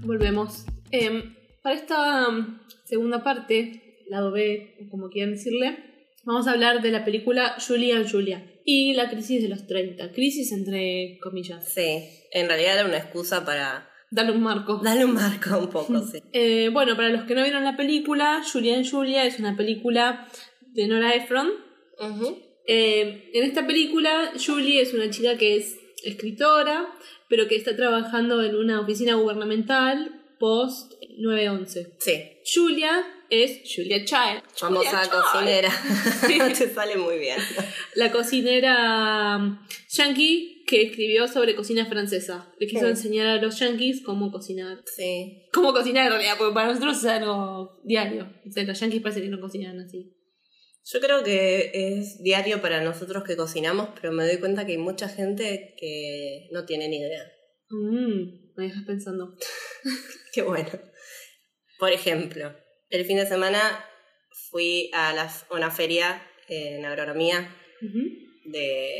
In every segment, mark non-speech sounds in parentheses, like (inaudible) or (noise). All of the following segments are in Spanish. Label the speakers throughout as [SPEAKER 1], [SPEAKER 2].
[SPEAKER 1] volvemos. Em, para esta um, segunda parte, lado B, o como quieran decirle, vamos a hablar de la película Julia and Julia y la crisis de los 30. Crisis entre comillas.
[SPEAKER 2] Sí, en realidad era una excusa para
[SPEAKER 1] Dale un marco.
[SPEAKER 2] darle un marco un poco, sí.
[SPEAKER 1] Eh, bueno, para los que no vieron la película, Julia and Julia es una película de Nora Ephron.
[SPEAKER 2] Ujú.
[SPEAKER 1] Eh, en esta película, Julie es una chica que es escritora, pero que está trabajando en una oficina gubernamental post 9-11.
[SPEAKER 2] Sí,
[SPEAKER 1] Julia es Julia Child.
[SPEAKER 2] famosa
[SPEAKER 1] Julia Child.
[SPEAKER 2] cocinera. (laughs) Te sale muy bien.
[SPEAKER 1] La cocinera um, yankee que escribió sobre cocina francesa. Le quiso
[SPEAKER 2] Sí.
[SPEAKER 1] enseñar a los yankees cómo cocinar.
[SPEAKER 2] Sí.
[SPEAKER 1] Cómo cocinar en realidad, porque para nosotros es algo diario. O sea, los yankees parece que no cocinan así.
[SPEAKER 2] Yo creo que es diario para nosotros que cocinamos, pero me doy cuenta que hay mucha gente que no tiene ni idea. (laughs)
[SPEAKER 1] Mm, me dejas pensando.
[SPEAKER 2] Qué bueno. Por ejemplo, el fin de semana fui a las- una feria en agronomía
[SPEAKER 1] Ujú.
[SPEAKER 2] de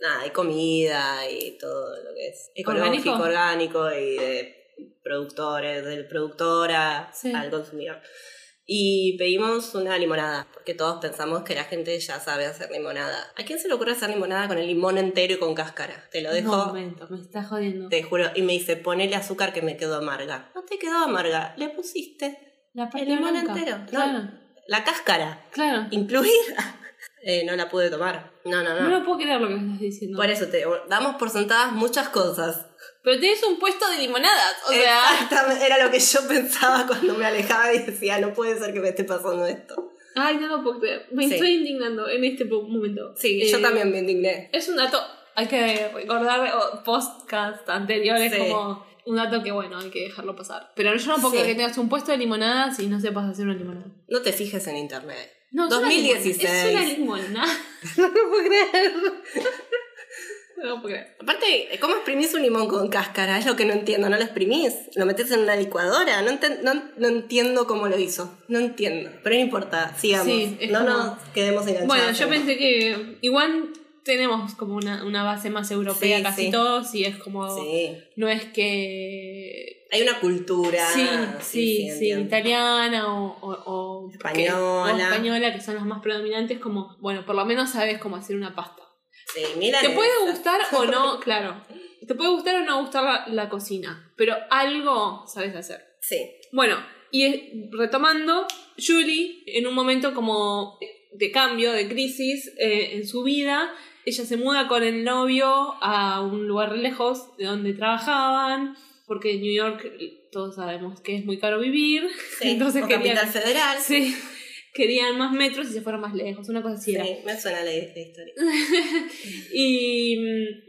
[SPEAKER 2] nada, de comida y todo lo que es
[SPEAKER 1] ¿Orgánico?
[SPEAKER 2] ecológico, orgánico, y de productores, del productor a-
[SPEAKER 1] Sí.
[SPEAKER 2] al consumidor. Y pedimos una limonada, porque todos pensamos que la gente ya sabe hacer limonada. ¿A quién se le ocurre hacer limonada con el limón entero y con cáscara? Te lo dejo.
[SPEAKER 1] Un momento, me estás jodiendo.
[SPEAKER 2] Te juro, y me dice, ponele azúcar que me quedó amarga. No te quedó amarga, le pusiste
[SPEAKER 1] La parte
[SPEAKER 2] el limón
[SPEAKER 1] blanca.
[SPEAKER 2] entero. No,
[SPEAKER 1] Claro,
[SPEAKER 2] la cáscara,
[SPEAKER 1] claro.
[SPEAKER 2] incluida. (laughs) Eh, no la pude tomar. No, no,
[SPEAKER 1] No
[SPEAKER 2] no.
[SPEAKER 1] lo puedo creer lo que me estás diciendo.
[SPEAKER 2] Ah. Por eso te damos por sentadas muchas cosas.
[SPEAKER 1] Pero tenés un puesto de limonadas, o sea.
[SPEAKER 2] Exactamente, era lo que yo pensaba cuando me alejaba y decía, no puede ser que me esté pasando esto.
[SPEAKER 1] Ay, no lo puedo creer. Me
[SPEAKER 2] Sí.
[SPEAKER 1] estoy indignando en este po- momento.
[SPEAKER 2] Sí,
[SPEAKER 1] Eh,
[SPEAKER 2] yo también me indigné.
[SPEAKER 1] Es un dato, hay que recordar o, podcast anteriores
[SPEAKER 2] Sí.
[SPEAKER 1] como un dato que bueno, hay que dejarlo pasar. Pero yo no puedo
[SPEAKER 2] Sí.
[SPEAKER 1] creer que tengas un puesto de limonadas y no sepas hacer una limonada.
[SPEAKER 2] No te fijes en internet.
[SPEAKER 1] No, es una
[SPEAKER 2] 2016.
[SPEAKER 1] limonada. Es una limonada.
[SPEAKER 2] (laughs) no lo puedo creer.
[SPEAKER 1] No lo puedo creer.
[SPEAKER 2] Aparte, ¿cómo exprimís un limón con cáscara? Es lo que no entiendo, no lo exprimís. Lo metés en una licuadora, no, enten- no, no entiendo cómo lo hizo. No entiendo. Pero no importa, sigamos.
[SPEAKER 1] Sí, es
[SPEAKER 2] no
[SPEAKER 1] como-
[SPEAKER 2] nos quedemos enganchados.
[SPEAKER 1] Bueno, yo
[SPEAKER 2] en-
[SPEAKER 1] pensé que igual tenemos como una, una base más europea
[SPEAKER 2] Sí,
[SPEAKER 1] casi
[SPEAKER 2] sí.
[SPEAKER 1] todos y es como...
[SPEAKER 2] Sí.
[SPEAKER 1] No es que...
[SPEAKER 2] Hay una cultura.
[SPEAKER 1] Sí, sí, sí,
[SPEAKER 2] entiendo.
[SPEAKER 1] italiana o, o- o-
[SPEAKER 2] Española.
[SPEAKER 1] que- o española, que son las más predominantes, como, bueno, por lo menos sabes cómo hacer una pasta.
[SPEAKER 2] Sí, milanesa.
[SPEAKER 1] Te puede gustar o no, claro. Te puede gustar o no gustar la, la cocina, pero algo sabes hacer.
[SPEAKER 2] Sí,
[SPEAKER 1] Bueno, y es- retomando, Julie, en un momento como de cambio, de crisis eh, en su vida, ella se muda con el novio a un lugar lejos de donde trabajaban, porque en New York todos sabemos que es muy caro vivir.
[SPEAKER 2] sí.
[SPEAKER 1] Entonces
[SPEAKER 2] O
[SPEAKER 1] querían-
[SPEAKER 2] Capital Federal. Sí,
[SPEAKER 1] Sí, querían más metros y se fueron más lejos, una cosa así era.
[SPEAKER 2] me suena la, la historia.
[SPEAKER 1] (laughs) Y,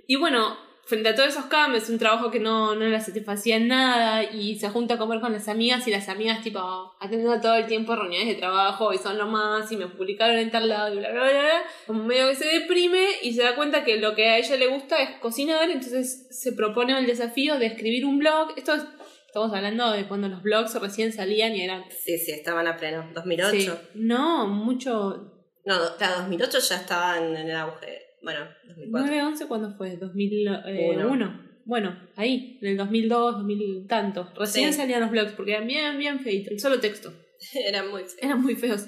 [SPEAKER 1] y bueno, frente a todos esos cambios, un trabajo que no, no la satisfacía en nada y se junta a comer con las amigas y las amigas tipo atendiendo todo el tiempo reuniones de trabajo y son lo más y me publicaron en tal lado y bla bla bla, bla. Como medio que se deprime y se da cuenta que lo que a ella le gusta es cocinar, entonces se propone el desafío de escribir un blog. Esto es- estamos hablando de cuando los blogs recién salían y eran...
[SPEAKER 2] Sí, sí, estaban a pleno. 2008.
[SPEAKER 1] Sí. No, mucho...
[SPEAKER 2] No, do- claro, 2008 ya estaban en el auge. Bueno, 2004.
[SPEAKER 1] 9-11 cuándo fue? 2001. Bueno, ahí, en el 2002, 2000 tanto. Recién
[SPEAKER 2] Sí.
[SPEAKER 1] salían los blogs porque eran bien, bien feitos. Solo texto.
[SPEAKER 2] (laughs)
[SPEAKER 1] (laughs)
[SPEAKER 2] Era muy feo.
[SPEAKER 1] Eran muy feos.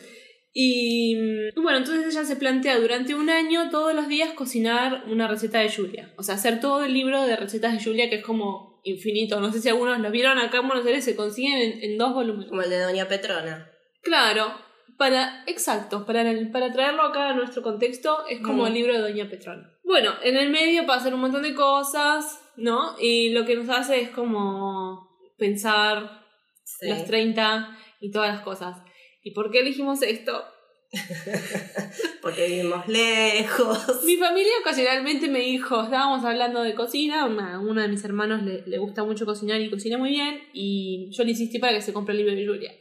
[SPEAKER 1] Y mm, bueno, entonces ella se plantea durante un año todos los días cocinar una receta de Julia. O sea, hacer todo el libro de recetas de Julia que es como infinito. No sé si algunos los vieron acá en Buenos Aires, se consiguen en, en dos volúmenes.
[SPEAKER 2] Como el de Doña Petrona.
[SPEAKER 1] Claro, para, exacto, para, el- para traerlo acá a nuestro contexto, es como
[SPEAKER 2] Mm.
[SPEAKER 1] el libro de Doña Petrona. Bueno, en el medio pasan un montón de cosas, ¿no? Y lo que nos hace es como pensar
[SPEAKER 2] Sí.
[SPEAKER 1] los 30 y todas las cosas. ¿Y por qué elegimos esto?
[SPEAKER 2] Porque vivimos lejos. (laughs)
[SPEAKER 1] Mi familia ocasionalmente me dijo, estábamos hablando de cocina, una- uno de mis hermanos le, le gusta mucho cocinar y cocina muy bien, y yo le insistí para que se compre el libro de Julia.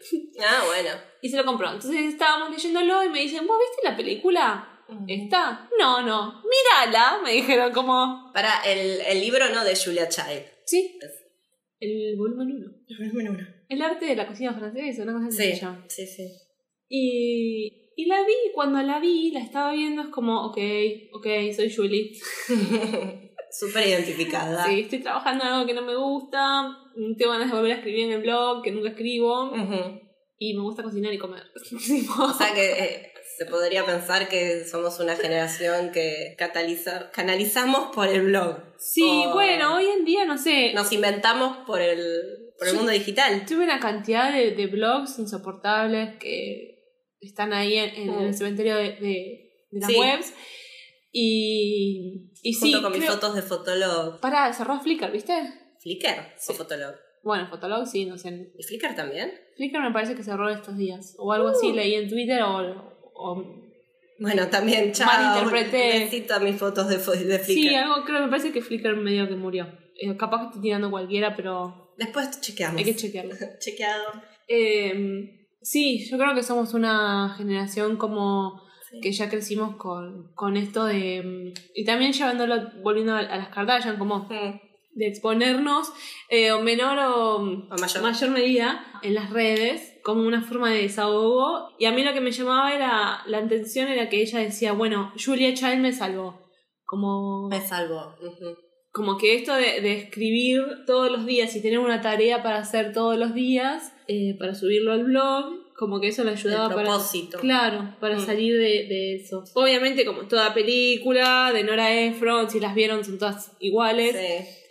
[SPEAKER 2] Ah, bueno.
[SPEAKER 1] Y se lo compró. Entonces estábamos leyéndolo y me dicen, ¿vos viste la película? ¿Está? No, no. Mírala, me dijeron como.
[SPEAKER 2] Para el, el libro no de Julia Child.
[SPEAKER 1] Sí.
[SPEAKER 2] Es-
[SPEAKER 1] El volumen 1. El arte de la cocina francesa, una cosa así
[SPEAKER 2] Sí,
[SPEAKER 1] se llama. (laughs)
[SPEAKER 2] sí, sí.
[SPEAKER 1] Y, y la vi, y cuando la vi, la estaba viendo, es como, ok, ok, soy Julie.
[SPEAKER 2] Súper identificada.
[SPEAKER 1] Sí, estoy trabajando en algo que no me gusta, mm, tengo ganas de volver a escribir en el blog, que nunca escribo,
[SPEAKER 2] Ujú.
[SPEAKER 1] y me gusta cocinar y comer. (laughs) Tipo,
[SPEAKER 2] O sea que eh, se podría pensar que somos una generación que cataliza, canalizamos por el blog.
[SPEAKER 1] sí,
[SPEAKER 2] o-
[SPEAKER 1] bueno, hoy en día, no sé,
[SPEAKER 2] Nos inventamos por el, por el
[SPEAKER 1] Sí.
[SPEAKER 2] mundo digital.
[SPEAKER 1] tuve una cantidad de, de blogs insoportables que están ahí en, en
[SPEAKER 2] Mm.
[SPEAKER 1] el cementerio de, de- de las
[SPEAKER 2] Sí.
[SPEAKER 1] webs, y, y sí,
[SPEAKER 2] junto con mis
[SPEAKER 1] creo-
[SPEAKER 2] fotos de Fotolog.
[SPEAKER 1] Pará, cerró Flickr, ¿viste?
[SPEAKER 2] Flickr
[SPEAKER 1] Sí.
[SPEAKER 2] o Fotolog.
[SPEAKER 1] Bueno, Fotolog sí, no sé,
[SPEAKER 2] ¿Y Flickr también?
[SPEAKER 1] Flickr me parece que cerró estos días. O algo
[SPEAKER 2] Mm.
[SPEAKER 1] así, leí en Twitter o... o-
[SPEAKER 2] Bueno, también, chao.
[SPEAKER 1] Malinterpreté.
[SPEAKER 2] Necesito a mis fotos de, fo- de Flickr.
[SPEAKER 1] sí, ah. algo creo, me parece que Flickr medio que murió. Eh, capaz que estoy tirando cualquiera, pero
[SPEAKER 2] Después chequeamos.
[SPEAKER 1] hay
[SPEAKER 2] (laughs)
[SPEAKER 1] que chequearlo.
[SPEAKER 2] Chequeado.
[SPEAKER 1] Eh, sí, yo creo que somos una generación como
[SPEAKER 2] Sí.
[SPEAKER 1] que ya crecimos con, con esto de... mm, Y también llevándolo, volviendo a, a las Kardashian, como
[SPEAKER 2] Mm.
[SPEAKER 1] de exponernos, eh, o menor o mm,
[SPEAKER 2] O mayor.
[SPEAKER 1] mayor medida en las redes como una forma de desahogo y a mí lo que me llamaba era la atención era que ella decía bueno Julia Child me salvó como
[SPEAKER 2] Me salvo. Ujú.
[SPEAKER 1] como que esto de, de escribir todos los días y tener una tarea para hacer todos los días eh, para subirlo al blog como que eso le ayudaba
[SPEAKER 2] El
[SPEAKER 1] para
[SPEAKER 2] propósito.
[SPEAKER 1] Claro, para
[SPEAKER 2] Mm.
[SPEAKER 1] salir de, de eso. Obviamente, como es toda película de Nora Ephron, si las vieron son todas iguales.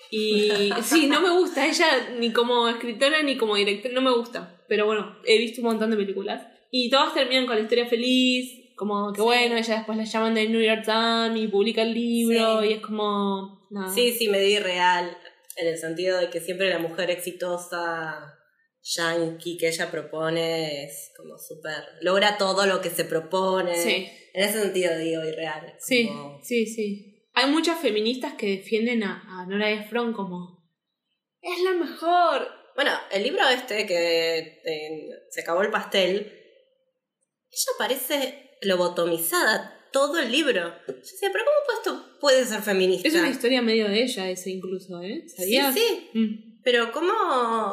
[SPEAKER 2] Sí.
[SPEAKER 1] Y (laughs) sí, no me gusta ella ni como escritora ni como directora, no me gusta. Pero bueno, he visto un montón de películas. Y todas terminan con la historia feliz, como que
[SPEAKER 2] Sí.
[SPEAKER 1] bueno, ella después la llaman del New York Times y publica el libro
[SPEAKER 2] Sí.
[SPEAKER 1] y es como... nada.
[SPEAKER 2] sí, sí, me di real. En el sentido de que siempre la mujer exitosa, yankee, que ella propone es como súper. Logra todo lo que se propone.
[SPEAKER 1] sí,
[SPEAKER 2] En ese sentido digo irreal.
[SPEAKER 1] sí,
[SPEAKER 2] como-
[SPEAKER 1] sí, sí. Hay muchas feministas que defienden a, a Nora Ephron como... Es la mejor.
[SPEAKER 2] Bueno, el libro este que eh, se acabó el pastel, ella parece lobotomizada todo el libro. Yo decía, pero ¿cómo pues esto puede ser feminista?
[SPEAKER 1] Es una historia medio de ella ese incluso, ¿eh?
[SPEAKER 2] Sí,
[SPEAKER 1] ¿Sabías?
[SPEAKER 2] sí.
[SPEAKER 1] Mm.
[SPEAKER 2] Pero ¿cómo?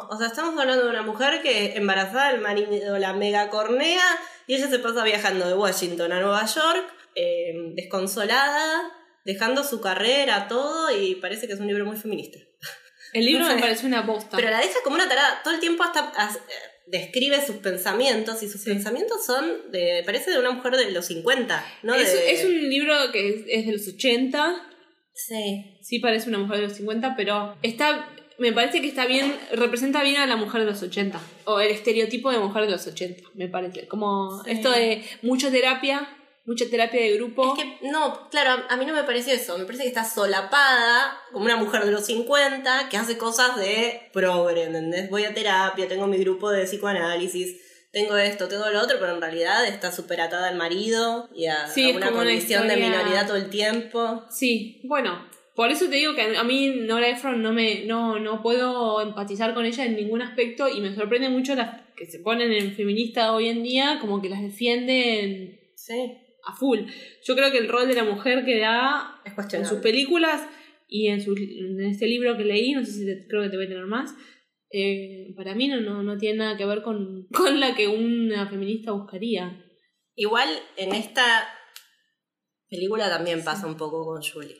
[SPEAKER 2] O sea, estamos hablando de una mujer que embarazada, el marido la mega cornea, y ella se pasa viajando de Washington a Nueva York, eh, desconsolada, dejando su carrera, todo, y parece que es un libro muy feminista.
[SPEAKER 1] El libro
[SPEAKER 2] No
[SPEAKER 1] me
[SPEAKER 2] sé.
[SPEAKER 1] parece una bosta.
[SPEAKER 2] Pero la deja como una tarada. Todo el tiempo hasta as- eh, describe sus pensamientos y sus
[SPEAKER 1] Sí.
[SPEAKER 2] pensamientos son, de, parece de una mujer de los 50, ¿no?
[SPEAKER 1] es,
[SPEAKER 2] de-
[SPEAKER 1] es un libro que es, es de los 80,
[SPEAKER 2] Sí.
[SPEAKER 1] sí parece una mujer de los 50, pero está, me parece que está bien, representa bien a la mujer de los 80, o el estereotipo de mujer de los 80, me parece. Como
[SPEAKER 2] Sí.
[SPEAKER 1] esto de mucha terapia, mucha terapia de grupo.
[SPEAKER 2] Es que, no, claro, a, a mí no me pareció eso. Me parece que está solapada como una mujer de los 50 que hace cosas de progre, ¿entendés? Voy a terapia, tengo mi grupo de psicoanálisis, tengo esto, tengo lo otro, pero en realidad está súper atada al marido y a,
[SPEAKER 1] Sí,
[SPEAKER 2] a
[SPEAKER 1] es
[SPEAKER 2] una
[SPEAKER 1] como una
[SPEAKER 2] condición de
[SPEAKER 1] historia-
[SPEAKER 2] minoridad todo el tiempo.
[SPEAKER 1] Sí, bueno, por eso te digo que a mí Nora Ephron no me no, no puedo empatizar con ella en ningún aspecto y me sorprende mucho las que se ponen en feminista hoy en día, como que las defienden
[SPEAKER 2] Sí,
[SPEAKER 1] a full. Yo creo que el rol de la mujer que da en
[SPEAKER 2] es
[SPEAKER 1] sus
[SPEAKER 2] cuestionable.
[SPEAKER 1] películas y en, sus- en este libro que leí, no sé si te- creo que te voy a tener más, eh, para mí no, no, no tiene nada que ver con, (laughs) con la que una feminista buscaría.
[SPEAKER 2] Igual en esta película también pasa un poco con Julie.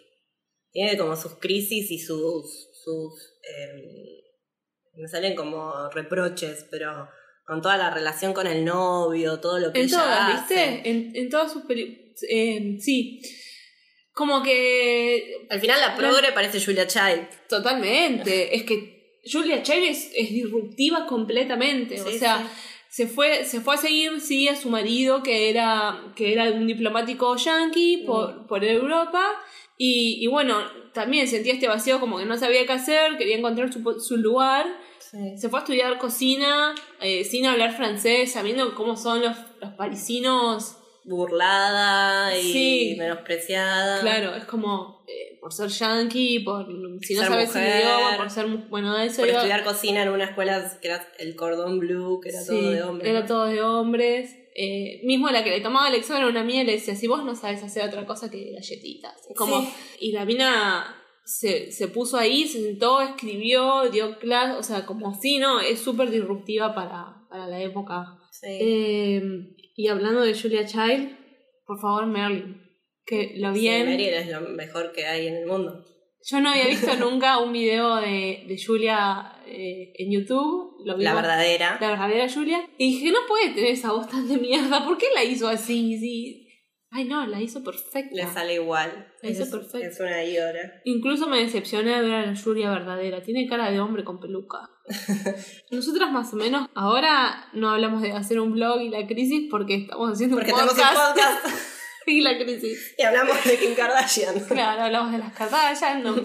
[SPEAKER 2] Tiene como sus crisis y sus. sus eh, me salen como reproches, pero con toda la relación con el novio, todo lo que
[SPEAKER 1] En
[SPEAKER 2] ella
[SPEAKER 1] todas,
[SPEAKER 2] hace.
[SPEAKER 1] ¿viste? En, en todas sus películas. sí. Como que.
[SPEAKER 2] Al final la progre parece Julia Child.
[SPEAKER 1] Totalmente. es que Julia Chávez es disruptiva completamente. o
[SPEAKER 2] Sí,
[SPEAKER 1] sea.
[SPEAKER 2] sí.
[SPEAKER 1] Se fue, se fue a seguir, sí, a su marido, que era, que era un diplomático yanqui por, por Europa. Y, y bueno, también sentía este vacío como que no sabía qué hacer, quería encontrar su, po- su lugar. Se fue a estudiar cocina, eh, sin hablar francés, sabiendo cómo son los, los parisinos.
[SPEAKER 2] Burlada y
[SPEAKER 1] Sí.
[SPEAKER 2] menospreciada.
[SPEAKER 1] Claro, es como eh, por ser yanqui, por si no
[SPEAKER 2] Ser
[SPEAKER 1] sabes
[SPEAKER 2] mujer.
[SPEAKER 1] el idioma, por ser. mu- Bueno, eso
[SPEAKER 2] Por
[SPEAKER 1] iba-
[SPEAKER 2] estudiar cocina en una escuela que era el cordón blue, que era todo
[SPEAKER 1] Sí,
[SPEAKER 2] de hombre.
[SPEAKER 1] Era
[SPEAKER 2] ¿no?
[SPEAKER 1] todo de hombres. Eh, mismo la que le tomaba el examen a una mina y le decía, si vos no sabes hacer otra cosa que galletitas. Como,
[SPEAKER 2] Sí.
[SPEAKER 1] Y la mina se, se puso ahí, se sentó, escribió, dio clases, o sea, como así, ¿no? Es súper disruptiva para, para la época.
[SPEAKER 2] Sí.
[SPEAKER 1] Eh, y hablando de Julia Child, por favor, Merlin, que lo
[SPEAKER 2] Sí,
[SPEAKER 1] bien...
[SPEAKER 2] Meryl es lo mejor que hay en el mundo.
[SPEAKER 1] Yo no había visto nunca un video de, de Julia eh, en YouTube. Lo
[SPEAKER 2] La
[SPEAKER 1] vimos-
[SPEAKER 2] verdadera.
[SPEAKER 1] La verdadera Julia. Y dije, no puede tener esa voz tan de mierda. ¿Por qué la hizo así? Sí. Ay, no, la hizo perfecta.
[SPEAKER 2] Le sale igual.
[SPEAKER 1] La hizo
[SPEAKER 2] es,
[SPEAKER 1] perfecta.
[SPEAKER 2] es una ídola.
[SPEAKER 1] Incluso me decepcioné de ver a la Julia verdadera. Tiene cara de hombre con
[SPEAKER 2] (laughs)
[SPEAKER 1] peluca. Nosotras más o menos ahora no hablamos de hacer un blog y la crisis porque estamos haciendo
[SPEAKER 2] Porque
[SPEAKER 1] un
[SPEAKER 2] estamos
[SPEAKER 1] podcast,
[SPEAKER 2] en
[SPEAKER 1] (laughs)
[SPEAKER 2] podcast
[SPEAKER 1] y la crisis.
[SPEAKER 2] y hablamos de Kim Kardashian.
[SPEAKER 1] (laughs) Claro, hablamos de las Kardashian,
[SPEAKER 2] (laughs)
[SPEAKER 1] nos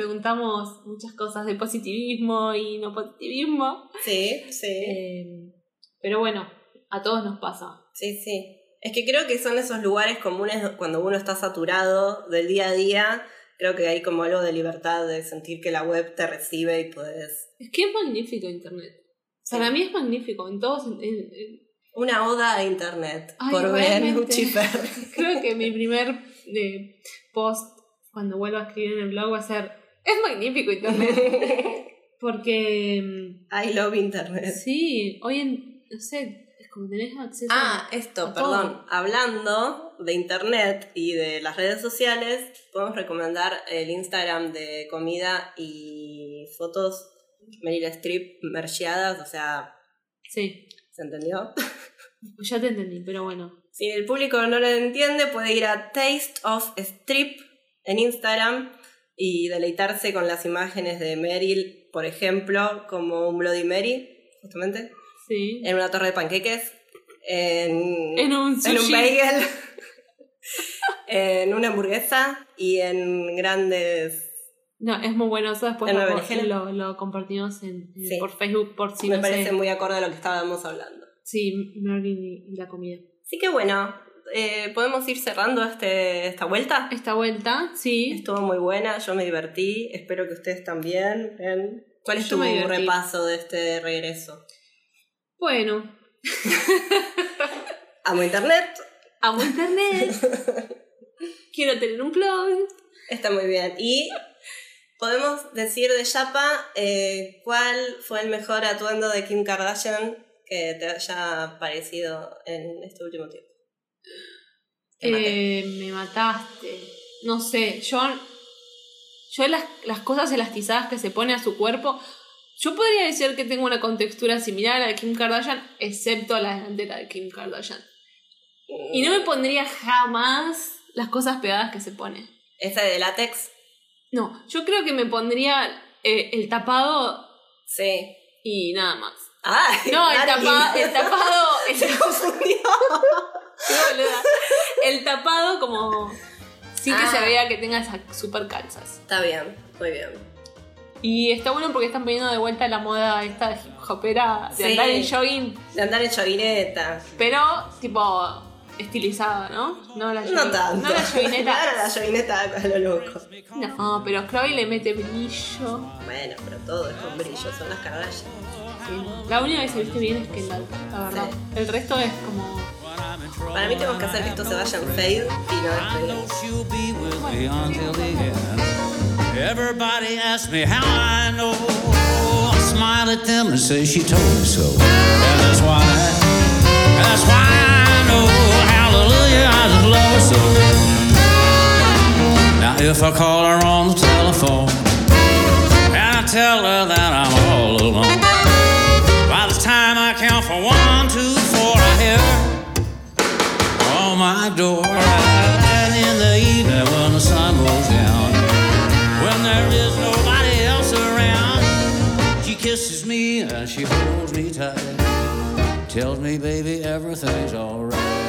[SPEAKER 1] preguntamos muchas cosas de positivismo y no positivismo.
[SPEAKER 2] Sí, sí.
[SPEAKER 1] Eh, pero bueno, a todos nos pasa.
[SPEAKER 2] Sí, sí. Es que creo que son esos lugares comunes do- cuando uno está saturado del día a día. Creo que hay como algo de libertad de sentir que la web te recibe y podés.
[SPEAKER 1] Es que es magnífico Internet.
[SPEAKER 2] Sí.
[SPEAKER 1] Para mí es magnífico en todos. en- en- en-
[SPEAKER 2] Una oda a internet
[SPEAKER 1] Ay,
[SPEAKER 2] por ver
[SPEAKER 1] realmente.
[SPEAKER 2] un chipper.
[SPEAKER 1] Creo que mi primer eh, post cuando vuelva a escribir en el blog va a ser es magnífico internet
[SPEAKER 2] (laughs)
[SPEAKER 1] porque mm,
[SPEAKER 2] I love internet.
[SPEAKER 1] sí hoy en no sé es como tenés acceso
[SPEAKER 2] Ah, esto,
[SPEAKER 1] A todo.
[SPEAKER 2] perdón. Hablando de internet y de las redes sociales, podemos recomendar el Instagram de comida y fotos Meryl Streep mercheadas, o sea,
[SPEAKER 1] sí pues
[SPEAKER 2] ¿se entendió? (laughs)
[SPEAKER 1] ya te entendí pero bueno
[SPEAKER 2] Si el público no lo entiende, puede ir a Taste of Strip en Instagram y deleitarse con las imágenes de Meryl, por ejemplo, como un Bloody Mary, justamente,
[SPEAKER 1] sí
[SPEAKER 2] en una torre de panqueques, en,
[SPEAKER 1] en un
[SPEAKER 2] en
[SPEAKER 1] sushi
[SPEAKER 2] bagel, (laughs) en una hamburguesa y en grandes...
[SPEAKER 1] no es muy bueno eso después
[SPEAKER 2] En
[SPEAKER 1] lo,
[SPEAKER 2] la
[SPEAKER 1] co-
[SPEAKER 2] berenjena.
[SPEAKER 1] lo, lo compartimos en, en-
[SPEAKER 2] Sí.
[SPEAKER 1] por Facebook por si
[SPEAKER 2] me
[SPEAKER 1] no
[SPEAKER 2] parece
[SPEAKER 1] sé
[SPEAKER 2] muy acorde a lo que estábamos hablando.
[SPEAKER 1] sí Merlin y, y la comida
[SPEAKER 2] Así que bueno, eh, podemos ir cerrando este, esta vuelta.
[SPEAKER 1] esta vuelta sí
[SPEAKER 2] Estuvo muy buena, yo me divertí, espero que ustedes también. Ren. ¿Cuál es
[SPEAKER 1] Yo
[SPEAKER 2] tu
[SPEAKER 1] me divertí.
[SPEAKER 2] repaso de este regreso?
[SPEAKER 1] bueno
[SPEAKER 2] Amo internet,
[SPEAKER 1] amo internet
[SPEAKER 2] (laughs)
[SPEAKER 1] quiero tener un blog
[SPEAKER 2] está muy bien. Y podemos decir de Yapa eh, cuál fue el mejor atuendo de Kim Kardashian que te haya parecido en este último tiempo. Te maté.
[SPEAKER 1] Eh, me mataste. No sé, yo. Yo las, las cosas elastizadas que se pone a su cuerpo. Yo podría decir que tengo una contextura similar a la de Kim Kardashian, excepto la delantera de Kim Kardashian. Y no me pondría jamás las cosas pegadas que se pone.
[SPEAKER 2] ¿Ese de látex?
[SPEAKER 1] No, yo creo que me pondría eh, el tapado
[SPEAKER 2] Sí.
[SPEAKER 1] y nada más.
[SPEAKER 2] Ah,
[SPEAKER 1] (laughs) No, el, tapa- el tapado.
[SPEAKER 2] (laughs)
[SPEAKER 1] El,
[SPEAKER 2] Se confundió.
[SPEAKER 1] (laughs) Qué boluda. El tapado como. Sí que
[SPEAKER 2] Ah.
[SPEAKER 1] se vea que tenga esas super calzas.
[SPEAKER 2] Está bien, muy bien.
[SPEAKER 1] Y está bueno porque están poniendo de vuelta la moda esta hip hopera de
[SPEAKER 2] Sí.
[SPEAKER 1] andar en jogging,
[SPEAKER 2] De andar en choguineta.
[SPEAKER 1] pero tipo estilizada, ¿no? No la
[SPEAKER 2] No
[SPEAKER 1] jogging- No
[SPEAKER 2] tanto.
[SPEAKER 1] la
[SPEAKER 2] (laughs) Claro,
[SPEAKER 1] joggineta.
[SPEAKER 2] la llovineta a lo loco.
[SPEAKER 1] No, pero Chloe le mete brillo.
[SPEAKER 2] Bueno, pero todo es con brillo, son las Kardashian.
[SPEAKER 1] Sí. La única que se viste bien es que la, la verdad. El resto es como.
[SPEAKER 2] Para mí tenemos que hacer que esto se vaya en fade y no
[SPEAKER 3] I
[SPEAKER 2] despedir.
[SPEAKER 3] know she'll be with me until the end. Everybody asks me how I know. I smile at them and say she told me so. And that's why, that's why I know. Hallelujah, I just love her so. Now if I call her on the telephone and I tell her that I'm all alone, by the time I count from one, two, four, I hear her on my door. And in the evening when the sun goes down, when there is nobody else around, she kisses me and she holds me tight. Tells me, baby, everything's alright.